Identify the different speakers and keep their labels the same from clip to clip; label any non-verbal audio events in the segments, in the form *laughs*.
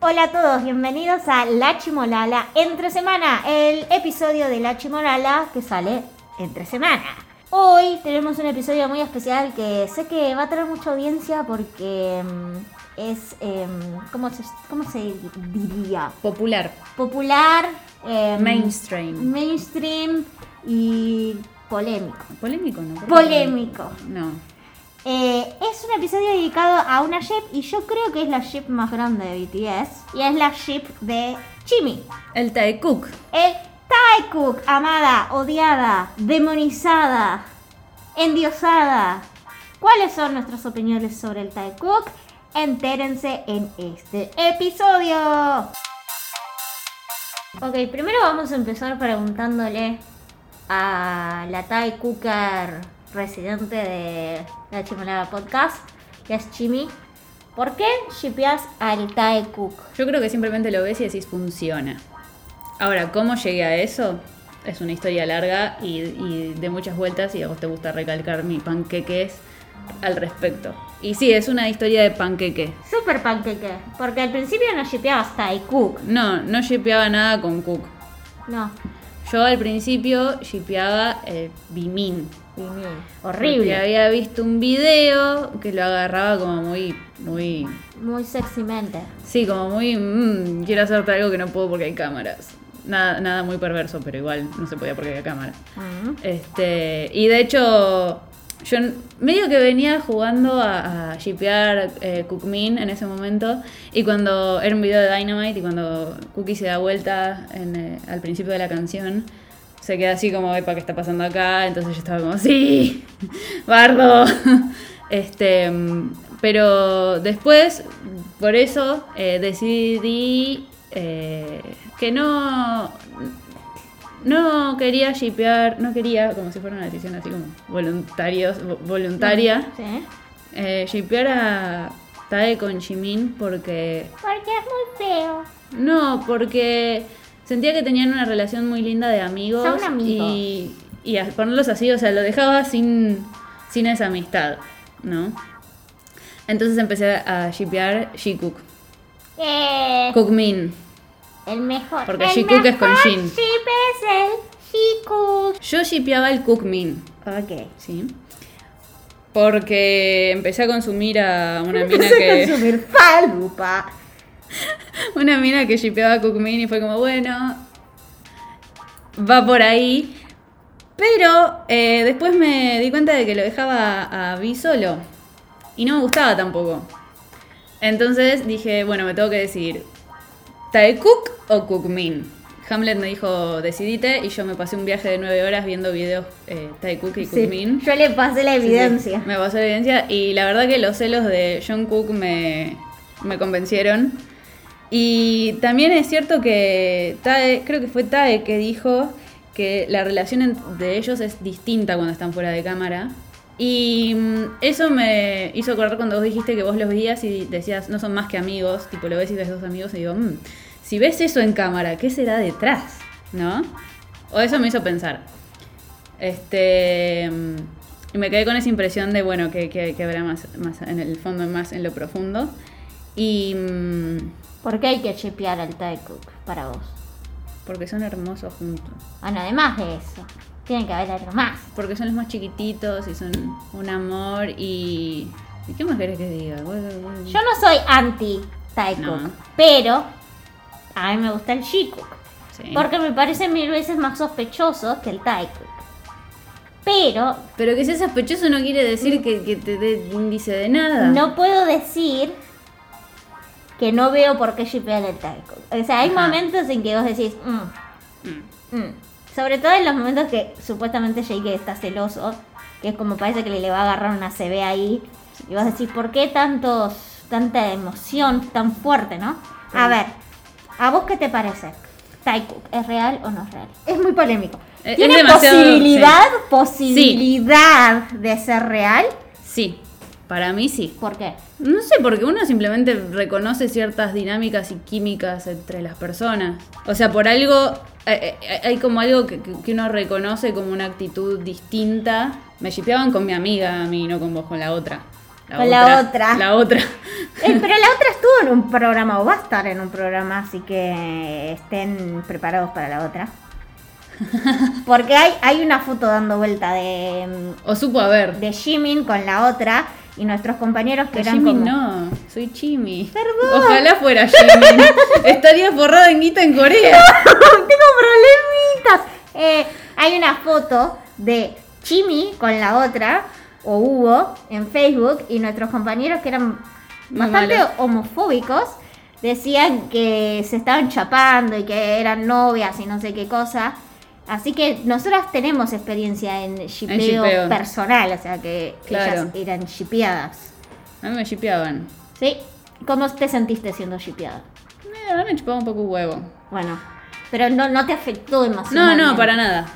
Speaker 1: Hola a todos, bienvenidos a La Chimolala entre semana, el episodio de La Chimolala que sale entre semana. Hoy tenemos un episodio muy especial que sé que va a tener mucha audiencia porque mm, es, em, ¿cómo, se, ¿cómo se diría?
Speaker 2: Popular.
Speaker 1: Popular, em,
Speaker 2: Mainstream.
Speaker 1: mainstream y polémico.
Speaker 2: Polémico, ¿no?
Speaker 1: Polémico.
Speaker 2: No.
Speaker 1: Eh, es un episodio dedicado a una ship y yo creo que es la ship más grande de BTS y es la ship de Jimmy.
Speaker 2: El Taekook.
Speaker 1: El Taekook, amada, odiada, demonizada, endiosada. ¿Cuáles son nuestras opiniones sobre el Taekook? Entérense en este episodio. Ok, primero vamos a empezar preguntándole a la Tai Cooker residente de la Chimolada Podcast, que es Chimi, ¿por qué shipeas al Tai Cook?
Speaker 2: Yo creo que simplemente lo ves y decís funciona. Ahora, ¿cómo llegué a eso? Es una historia larga y, y de muchas vueltas y a vos te gusta recalcar mi panqueques al respecto. Y sí, es una historia de panqueques.
Speaker 1: Super panqueque, porque al principio no shipeabas Tai Cook.
Speaker 2: No, no shipeaba nada con Cook.
Speaker 1: No,
Speaker 2: Yo al principio shipeaba eh, Bimin. Porque
Speaker 1: horrible.
Speaker 2: había visto un video que lo agarraba como muy, muy
Speaker 1: Muy sexymente.
Speaker 2: Sí, como muy. mm, quiero hacerte algo que no puedo porque hay cámaras. Nada, nada muy perverso, pero igual no se podía porque había cámaras. Este, y de hecho, yo n- medio que venía jugando a, a shippear eh, Cookmin en ese momento. Y cuando era un video de Dynamite y cuando Cookie se da vuelta en, eh, al principio de la canción, se queda así como, epa, ¿qué está pasando acá? Entonces yo estaba como, sí, *laughs* bardo. *laughs* Este, mm, pero después, por eso, eh, decidí eh, que no, no quería shipear, no quería, como si fuera una decisión así como voluntarios, vo- voluntaria,
Speaker 1: Mm, Sí.
Speaker 2: eh, shipear a Tae con Jimin porque...
Speaker 1: Porque es muy feo.
Speaker 2: No, porque sentía que tenían una relación muy linda de amigos.
Speaker 1: Son amigos.
Speaker 2: Y, y a- ponerlos así, o sea, lo dejaba sin, sin esa amistad, ¿no? Entonces empecé a shipear Jikook,
Speaker 1: Eh,
Speaker 2: Cookmin.
Speaker 1: el mejor.
Speaker 2: Porque
Speaker 1: el
Speaker 2: Jikook es con
Speaker 1: mejor
Speaker 2: Jin.
Speaker 1: ship es el Jikook.
Speaker 2: Yo shipeaba el Cookmin.
Speaker 1: Ok.
Speaker 2: Sí. Porque empecé a consumir a una mina que.
Speaker 1: *laughs* consumir falupa.
Speaker 2: *laughs* Una mina que shipeaba a Cookmin y fue como, bueno. Va por ahí. Pero eh, después me di cuenta de que lo dejaba a Vi solo. Y no me gustaba tampoco. Entonces dije, bueno, me tengo que decidir. ¿Taekook o Cookmin? Hamlet me dijo, decidite, y yo me pasé un viaje de nueve horas viendo videos eh, Taekook y Cookmin.
Speaker 1: yo le pasé la
Speaker 2: Sí,
Speaker 1: evidencia.
Speaker 2: sí, Me pasó la evidencia y la verdad que los celos de John Cook me, me convencieron. Y también es cierto que Tae, creo que fue Tae que dijo que la relación en- de ellos es distinta cuando están fuera de cámara. Y mm, eso me hizo acordar cuando vos dijiste que vos los veías y decías, no son más que amigos, tipo lo ves y ves dos amigos y digo, "Mm, si ves eso en cámara, ¿qué será detrás? ¿No? O eso me hizo pensar. Este. mm, Y me quedé con esa impresión de, bueno, que, que- que habrá más, más en el fondo, más en lo profundo. Y. mm,
Speaker 1: ¿Por qué hay que shipear al Thai Cook para vos?
Speaker 2: Porque son hermosos juntos.
Speaker 1: Ah, no, además de eso, tiene que haber algo más.
Speaker 2: Porque son los más chiquititos y son un amor y. ¿y qué más querés que diga?
Speaker 1: Yo no soy anti Thai
Speaker 2: No.
Speaker 1: Cook, pero a mí me gusta el She-Cook.
Speaker 2: Sí.
Speaker 1: Porque me parece mil veces más sospechoso que el Thai Cook. Pero
Speaker 2: Pero que sea sospechoso no quiere decir que, que te dé índice de nada.
Speaker 1: No puedo decir que no veo por qué shipean el talco. O sea, hay
Speaker 2: Ajá.
Speaker 1: momentos en que vos decís, "Mm,
Speaker 2: Mm.
Speaker 1: mm". sobre todo en los momentos que supuestamente Jake está celoso, que es como parece que le va a agarrar una CB ahí, y vos decís, ¿por qué tantos, tanta emoción tan fuerte, no? A ver, ¿a vos qué te parece? Taekook, ¿es real o no es real? Es muy polémico.
Speaker 2: Eh, es
Speaker 1: ¿Tiene
Speaker 2: demasiado-
Speaker 1: posibilidad, posibilidad de ser real?
Speaker 2: Sí, para mí sí.
Speaker 1: ¿Por qué?
Speaker 2: No sé, porque uno simplemente reconoce ciertas dinámicas y químicas entre las personas. O sea, por algo, eh, eh, hay como algo que, que uno reconoce como una actitud distinta. Me shipeaban con mi amiga a mí, no con vos, con la otra.
Speaker 1: Con la otra.
Speaker 2: La otra.
Speaker 1: Eh, pero la otra estuvo en un programa o va a estar en un programa, así que estén preparados para la otra. Porque hay, hay una foto dando vuelta de,
Speaker 2: O supo haber.
Speaker 1: de Jimin con la otra y nuestros compañeros que
Speaker 2: Que
Speaker 1: eran
Speaker 2: Jimmy
Speaker 1: como-
Speaker 2: no, soy Jimmy.
Speaker 1: Perdón.
Speaker 2: Ojalá
Speaker 1: *laughs*
Speaker 2: fuera Jimmy. Estaría forrado en guita en Corea.
Speaker 1: Tengo problemitas. Eh, hay una foto de Chimi con la otra, o Hugo, en Facebook, y nuestros compañeros que eran
Speaker 2: Muy
Speaker 1: bastante
Speaker 2: malos.
Speaker 1: homofóbicos decían que se estaban chapando y que eran novias y no sé qué cosa. Así que nosotras tenemos experiencia en shipeo
Speaker 2: shippeo.
Speaker 1: personal, o sea que ellas
Speaker 2: Claro.
Speaker 1: eran shipeadas.
Speaker 2: A mí me shipeaban.
Speaker 1: ¿Sí? ¿Cómo te sentiste siendo shipeada?
Speaker 2: Eh, ahora me chupaba un poco un huevo.
Speaker 1: Bueno, pero no, no te afectó
Speaker 2: No,
Speaker 1: demasiado.
Speaker 2: no, para nada.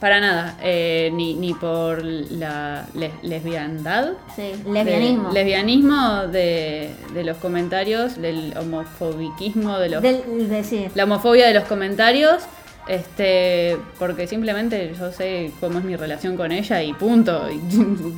Speaker 2: Para nada. Eh, ni, ni por la le- lesbiandad.
Speaker 1: Sí, lesbianismo.
Speaker 2: De, lesbianismo de, de los comentarios, del homofobiquismo, de los,
Speaker 1: Del- de- sí.
Speaker 2: la homofobia de los comentarios. Este, porque simplemente yo sé cómo es mi relación con ella y punto. *laughs* Y,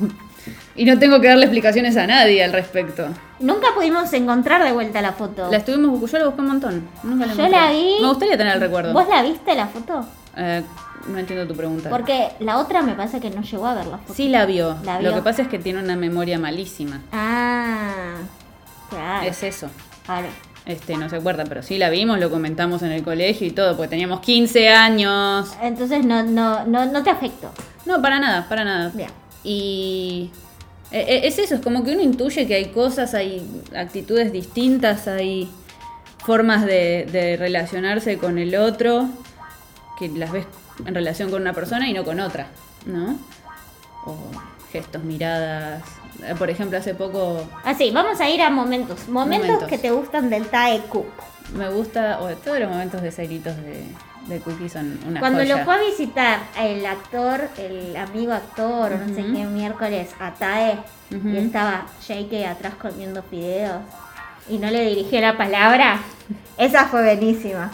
Speaker 2: y no tengo que darle explicaciones a nadie al respecto.
Speaker 1: Nunca pudimos encontrar de vuelta la foto.
Speaker 2: La estuvimos, yo la busqué un montón. Nunca la
Speaker 1: Yo
Speaker 2: encontré.
Speaker 1: la vi.
Speaker 2: Me gustaría tener el recuerdo.
Speaker 1: ¿Vos la viste la foto?
Speaker 2: Eh, no entiendo tu pregunta.
Speaker 1: Porque la otra me parece que no llegó a ver la foto.
Speaker 2: Sí la vio.
Speaker 1: La
Speaker 2: Lo
Speaker 1: vio.
Speaker 2: que pasa es que tiene una memoria malísima.
Speaker 1: Ah, claro.
Speaker 2: Es eso.
Speaker 1: claro.
Speaker 2: Este, no se acuerda, pero sí la vimos, lo comentamos en el colegio y todo, porque teníamos 15 años.
Speaker 1: Entonces no, no, no, no te afectó.
Speaker 2: No, para nada, para nada.
Speaker 1: Bien.
Speaker 2: Y e- e- es eso, es como que uno intuye que hay cosas, hay actitudes distintas, hay formas de, de relacionarse con el otro, que las ves en relación con una persona y no con otra, ¿no? O gestos, miradas. Eh, Por ejemplo, hace poco
Speaker 1: Así, vamos a ir a momentos. Momentos,
Speaker 2: Momentos.
Speaker 1: que te gustan del Taeku.
Speaker 2: me gusta, o todos los momentos de ceritos de, de Cookie son una
Speaker 1: Cuando
Speaker 2: joya.
Speaker 1: lo fue a visitar el actor, el amigo actor, o no sé
Speaker 2: Ujú.
Speaker 1: qué, miércoles, a Tae,
Speaker 2: Ujú.
Speaker 1: y estaba Jake atrás comiendo fideos y no le dirigió la palabra, esa fue buenísima.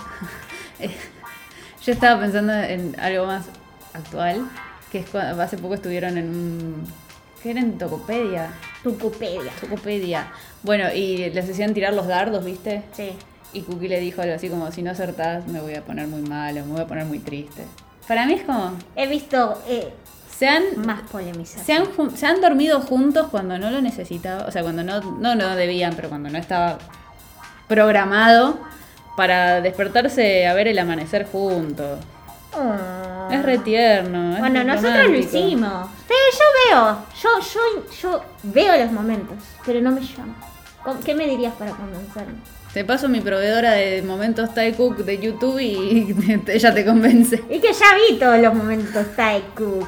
Speaker 2: Yo estaba pensando en algo más actual, que es cuando hace poco estuvieron en un... ¿Qué era? En Tocopedia.
Speaker 1: Tucupedia.
Speaker 2: Tocopedia. Bueno, y les hacían tirar los dardos, ¿viste?
Speaker 1: Sí.
Speaker 2: Y Cookie le dijo algo así como, si no acertás me voy a poner muy malo, me voy a poner muy triste. Para mí es como,
Speaker 1: He visto eh,
Speaker 2: se han,
Speaker 1: más polémicas.
Speaker 2: se han, jun- se han dormido juntos cuando no lo necesitaba, o sea, cuando no, no, no debían, pero cuando no estaba programado para despertarse a ver el amanecer juntos.
Speaker 1: Oh.
Speaker 2: Es retierno.
Speaker 1: Bueno, nosotros lo hicimos. Sí, yo veo. Yo, yo, yo veo los momentos, pero no me llamo. ¿Con- ¿Qué me dirías para convencerme?
Speaker 2: Te paso mi proveedora de momentos Thai Cook de YouTube y *laughs* ella te convence.
Speaker 1: Es que ya vi todos los momentos Taeku,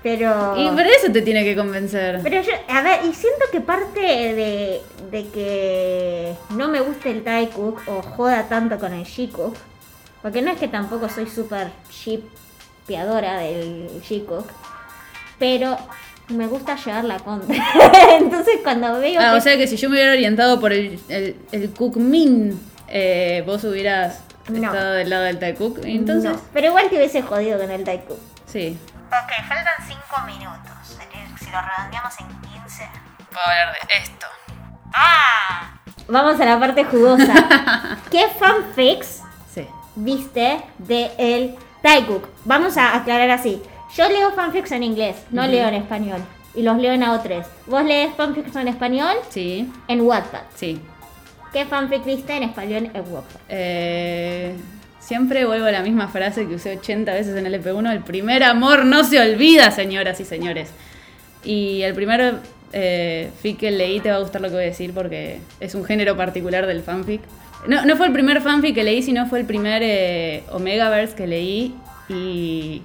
Speaker 1: pero...
Speaker 2: Y por eso te tiene que convencer.
Speaker 1: Pero yo, a ver, y siento que parte de, de que no me guste el Thai Cook o joda tanto con el G-Cook, porque no es que tampoco soy súper shipeadora del G-Cook, pero me gusta llevar la contra. *laughs* Entonces cuando veo
Speaker 2: Ah,
Speaker 1: que
Speaker 2: o sea que si yo me hubiera orientado por el, el, el Cook Min, eh, vos hubieras
Speaker 1: No.
Speaker 2: estado del lado del Thai Cook. Entonces,
Speaker 1: no. pero igual te hubiese jodido con el Thai Cook.
Speaker 2: sí.
Speaker 3: Ok, faltan 5 minutos. Sería- Si lo redondeamos en 15.
Speaker 2: Puedo hablar de esto.
Speaker 3: ¡Ah!
Speaker 1: Vamos a la parte jugosa.
Speaker 2: *laughs*
Speaker 1: ¿Qué fanfics
Speaker 2: Sí.
Speaker 1: viste de el Taekook. Vamos a aclarar así. Yo leo fanfics en inglés, no leo en español. Y los leo en AO3. ¿Vos lees fanfics en español?
Speaker 2: Sí.
Speaker 1: En Wattpad.
Speaker 2: Sí.
Speaker 1: ¿Qué fanfic viste en español en Wattpad?
Speaker 2: Eh, siempre vuelvo a la misma frase que usé 80 veces en el LP1. El primer amor no se olvida, señoras y señores. Y el primer eh, fic que leí te va a gustar lo que voy a decir porque es un género particular del fanfic. No, no fue el primer fanfic que leí, sino fue el primer eh, Omegaverse que leí y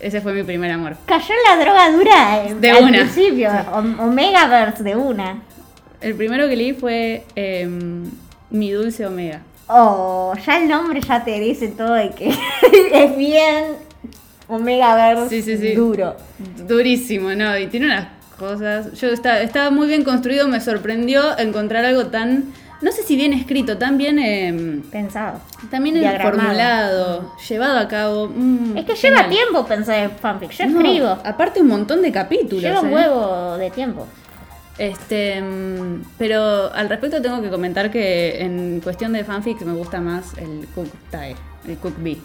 Speaker 2: ese fue mi primer amor.
Speaker 1: Cayó la droga dura eh,
Speaker 2: De
Speaker 1: al
Speaker 2: una.
Speaker 1: principio. O- Omegaverse de una.
Speaker 2: El primero que leí fue eh, Mi Dulce Omega.
Speaker 1: Oh, ya el nombre ya te dice todo de que *laughs* es bien Omegaverse
Speaker 2: Sí, sí, sí.
Speaker 1: duro.
Speaker 2: Durísimo, ¿no? Y tiene unas cosas. Yo estaba, estaba muy bien construido, me sorprendió encontrar algo tan. No sé si bien escrito, tan bien. eh,
Speaker 1: Pensado.
Speaker 2: tan bien
Speaker 1: Diagramado.
Speaker 2: formulado, llevado a cabo. mm,
Speaker 1: Es que lleva
Speaker 2: genial.
Speaker 1: tiempo pensar en fanfic. Yo
Speaker 2: No,
Speaker 1: escribo.
Speaker 2: aparte, un montón de capítulos.
Speaker 1: Lleva un
Speaker 2: ¿eh?
Speaker 1: huevo de tiempo.
Speaker 2: Este, mm, pero al respecto tengo que comentar que en cuestión de fanfics me gusta más el Cook Tae, el Cook B.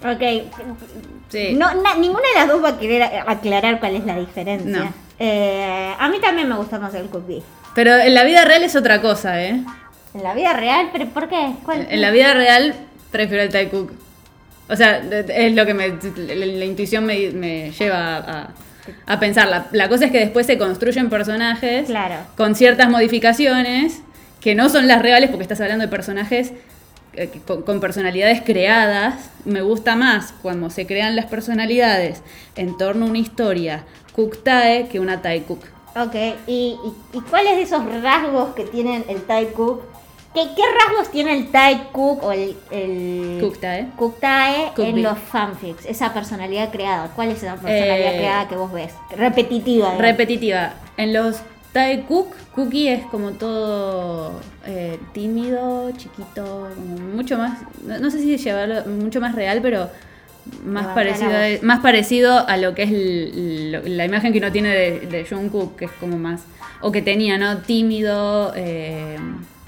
Speaker 1: Ok.
Speaker 2: Sí.
Speaker 1: No, na- ninguna de las dos va a querer a- aclarar cuál es la diferencia.
Speaker 2: No.
Speaker 1: Eh, a mí también me gusta más el cookie.
Speaker 2: Pero en la vida real es otra cosa, ¿eh?
Speaker 1: En la vida real, pero ¿por qué? ¿Cuál?
Speaker 2: En la vida real prefiero el Thai Cook. O sea, de- de- es lo que me, la, la intuición me, me lleva a, a- a pensar. La, la cosa es que después se construyen personajes
Speaker 1: Claro.
Speaker 2: con ciertas modificaciones que no son las reales porque estás hablando de personajes eh, que- con, con personalidades creadas. Me gusta más cuando se crean las personalidades en torno a una historia Cook Tae que una Thai Cook.
Speaker 1: Ok, ¿Y, y, y cuáles de esos rasgos que tienen el Thai Cook? ¿Qué, qué rasgos tiene el Thai Cook o el, el
Speaker 2: Cook Tae.
Speaker 1: Cook Tae
Speaker 2: Cook
Speaker 1: en
Speaker 2: Bee.
Speaker 1: los fanfics? Esa personalidad creada. ¿Cuál es esa personalidad
Speaker 2: Eh,
Speaker 1: creada que vos ves? Repetitiva. digamos.
Speaker 2: Repetitiva. En los Thai Cook, Cookie es como todo eh, tímido, chiquito, como mucho más, no, no sé si llevarlo mucho más real, pero más
Speaker 1: Levanta
Speaker 2: parecido,
Speaker 1: la
Speaker 2: a, más parecido a lo que es l- lo- la imagen que uno tiene de, de Jungkook, que es como más, o que tenía, ¿no? Tímido, eh,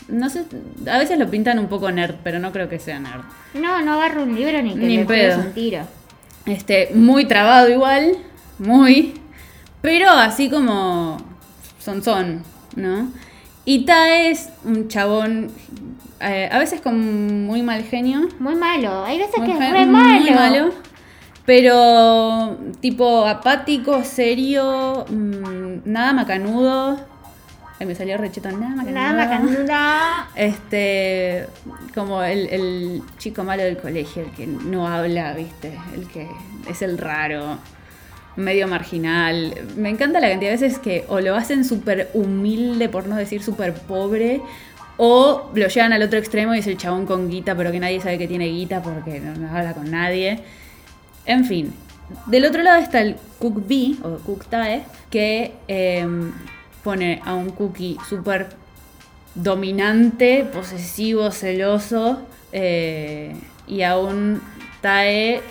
Speaker 2: no sé, a veces lo pintan un poco nerd, pero no creo que sea nerd.
Speaker 1: No, no agarro un libro ni que
Speaker 2: Ni
Speaker 1: le
Speaker 2: en pedo.
Speaker 1: pegues un tiro.
Speaker 2: Este, muy trabado igual, muy, pero así como son son, ¿no? Y Ta es un chabón, eh, a veces con muy mal genio.
Speaker 1: Muy malo. Hay veces
Speaker 2: muy
Speaker 1: que es
Speaker 2: gen-
Speaker 1: re
Speaker 2: muy malo, Pero tipo apático, serio, mm, nada macanudo. Ay, me salió recheto, nada macanudo.
Speaker 1: Nada macanuda.
Speaker 2: Este, como el, el chico malo del colegio, el que no habla, ¿viste? El que es el raro, medio marginal. Me encanta la cantidad de veces que o lo hacen súper humilde, por no decir súper pobre, o lo llevan al otro extremo y es el chabón con guita, pero que nadie sabe que tiene guita porque no, no habla con nadie. En fin. Del otro lado está el Cook B o Cook Tae, que em, pone a un cookie súper dominante, posesivo, celoso, eh, y a un Tae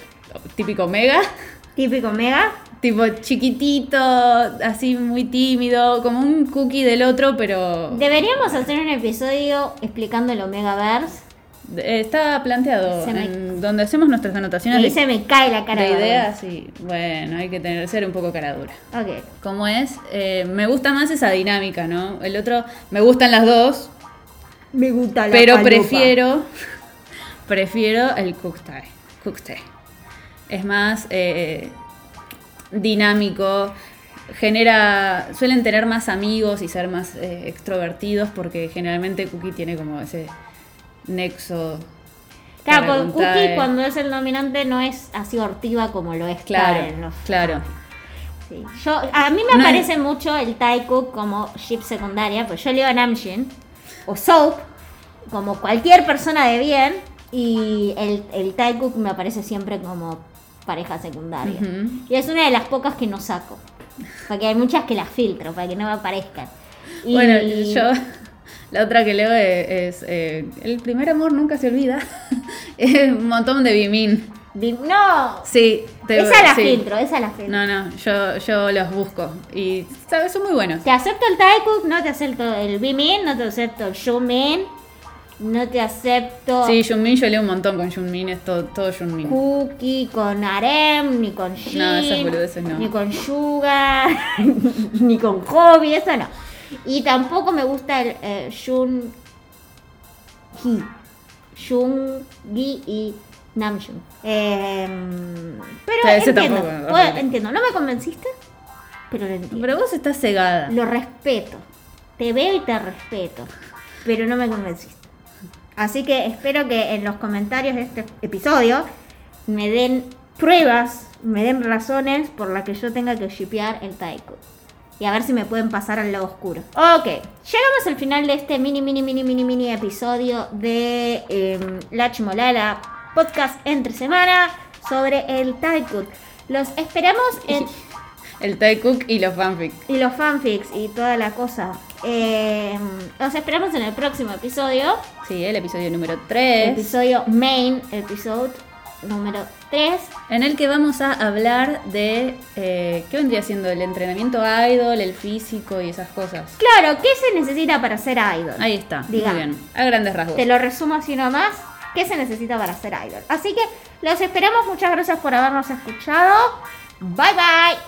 Speaker 2: típico mega, *laughs*
Speaker 1: Típico mega.
Speaker 2: tipo chiquitito, así muy tímido, como un cookie del otro, pero
Speaker 1: Deberíamos hacer un episodio explicando el Omegaverse.
Speaker 2: eh, está planteado
Speaker 1: Se me-
Speaker 2: en donde hacemos nuestras anotaciones
Speaker 1: Y
Speaker 2: de,
Speaker 1: se me cae la cara
Speaker 2: de
Speaker 1: de vergüenza.
Speaker 2: ideas y bueno, hay que tener ser un poco cara dura.
Speaker 1: Ok.
Speaker 2: Como es, eh, me gusta más esa dinámica, ¿no? El otro, me gustan las dos,
Speaker 1: Me gusta
Speaker 2: Pero prefiero *laughs* prefiero el cooktail. cooktail. Es más eh, dinámico, genera suelen tener más amigos y ser más eh, extrovertidos porque generalmente Cookie tiene como ese nexo.
Speaker 1: Claro, porque
Speaker 2: para eh. con
Speaker 1: Cookie
Speaker 2: Tae.
Speaker 1: cuando es el dominante no es así hortiva como lo es
Speaker 2: Claro,
Speaker 1: Tae, ¿no?
Speaker 2: claro.
Speaker 1: Sí. Yo, a mí me
Speaker 2: No es-
Speaker 1: aparece mucho el Thai Cook como ship secundaria, pues yo leo a Namjin o Soap como cualquier persona de bien y el, el Thai Cook me aparece siempre como pareja secundaria.
Speaker 2: Ujú.
Speaker 1: Y es una de las pocas que no saco, porque hay muchas que las filtro para que no me aparezcan. Y-
Speaker 2: Bueno, yo *laughs* la otra que leo es, es, eh, El primer amor nunca se olvida. *laughs* es un montón de Bimin.
Speaker 1: Di- No,
Speaker 2: Sí, te-
Speaker 1: esa la
Speaker 2: sí.
Speaker 1: filtro, esa la filtro.
Speaker 2: No, no, yo, yo los busco. Y, ¿sabes? Son muy buenos.
Speaker 1: Te acepto el Taekook, no te acepto el Bimin, no te acepto el Shumin, no te acepto
Speaker 2: Sí, Junmin, yo leo un montón con Junmin, es todo, todo Junmin.
Speaker 1: Cookie con Arem, ni con Shin,
Speaker 2: No, esas boludeces no.
Speaker 1: ni con Suga, *laughs* ni con Hobby, eso no. Y tampoco me gusta el eh, Shun Hee, Shun Gi y Namjoon. Eh, pero
Speaker 2: Sí, ese
Speaker 1: entiendo,
Speaker 2: tampoco,
Speaker 1: puedo-
Speaker 2: horrible.
Speaker 1: entiendo, no me convenciste, pero lo entiendo.
Speaker 2: Pero vos estás cegada.
Speaker 1: Lo respeto. Te veo y te respeto. Pero no me convenciste. Así que espero que en los comentarios de este episodio me den pruebas, me den razones por las que yo tenga que shipear el Taiko. Y a ver si me pueden pasar al lado oscuro. Ok, llegamos al final de este mini, mini, mini, mini, mini episodio de em, La Chimolala podcast entre semana sobre el Taiko. Los esperamos en
Speaker 2: El Thai Cook y los fanfic.
Speaker 1: y los fanfics y toda la cosa. Eh, os esperamos en el próximo episodio.
Speaker 2: Sí, el episodio número 3.
Speaker 1: Episodio main episode. número 3.
Speaker 2: En el que vamos a hablar de eh, qué vendría siendo el entrenamiento idol, el físico y esas cosas.
Speaker 1: Claro, ¿qué se necesita para ser idol?
Speaker 2: Ahí está,
Speaker 1: Diga.
Speaker 2: muy bien, a grandes rasgos.
Speaker 1: Te lo resumo así nomás. ¿Qué se necesita para ser idol? Así que los esperamos. Muchas gracias por habernos escuchado. Bye bye.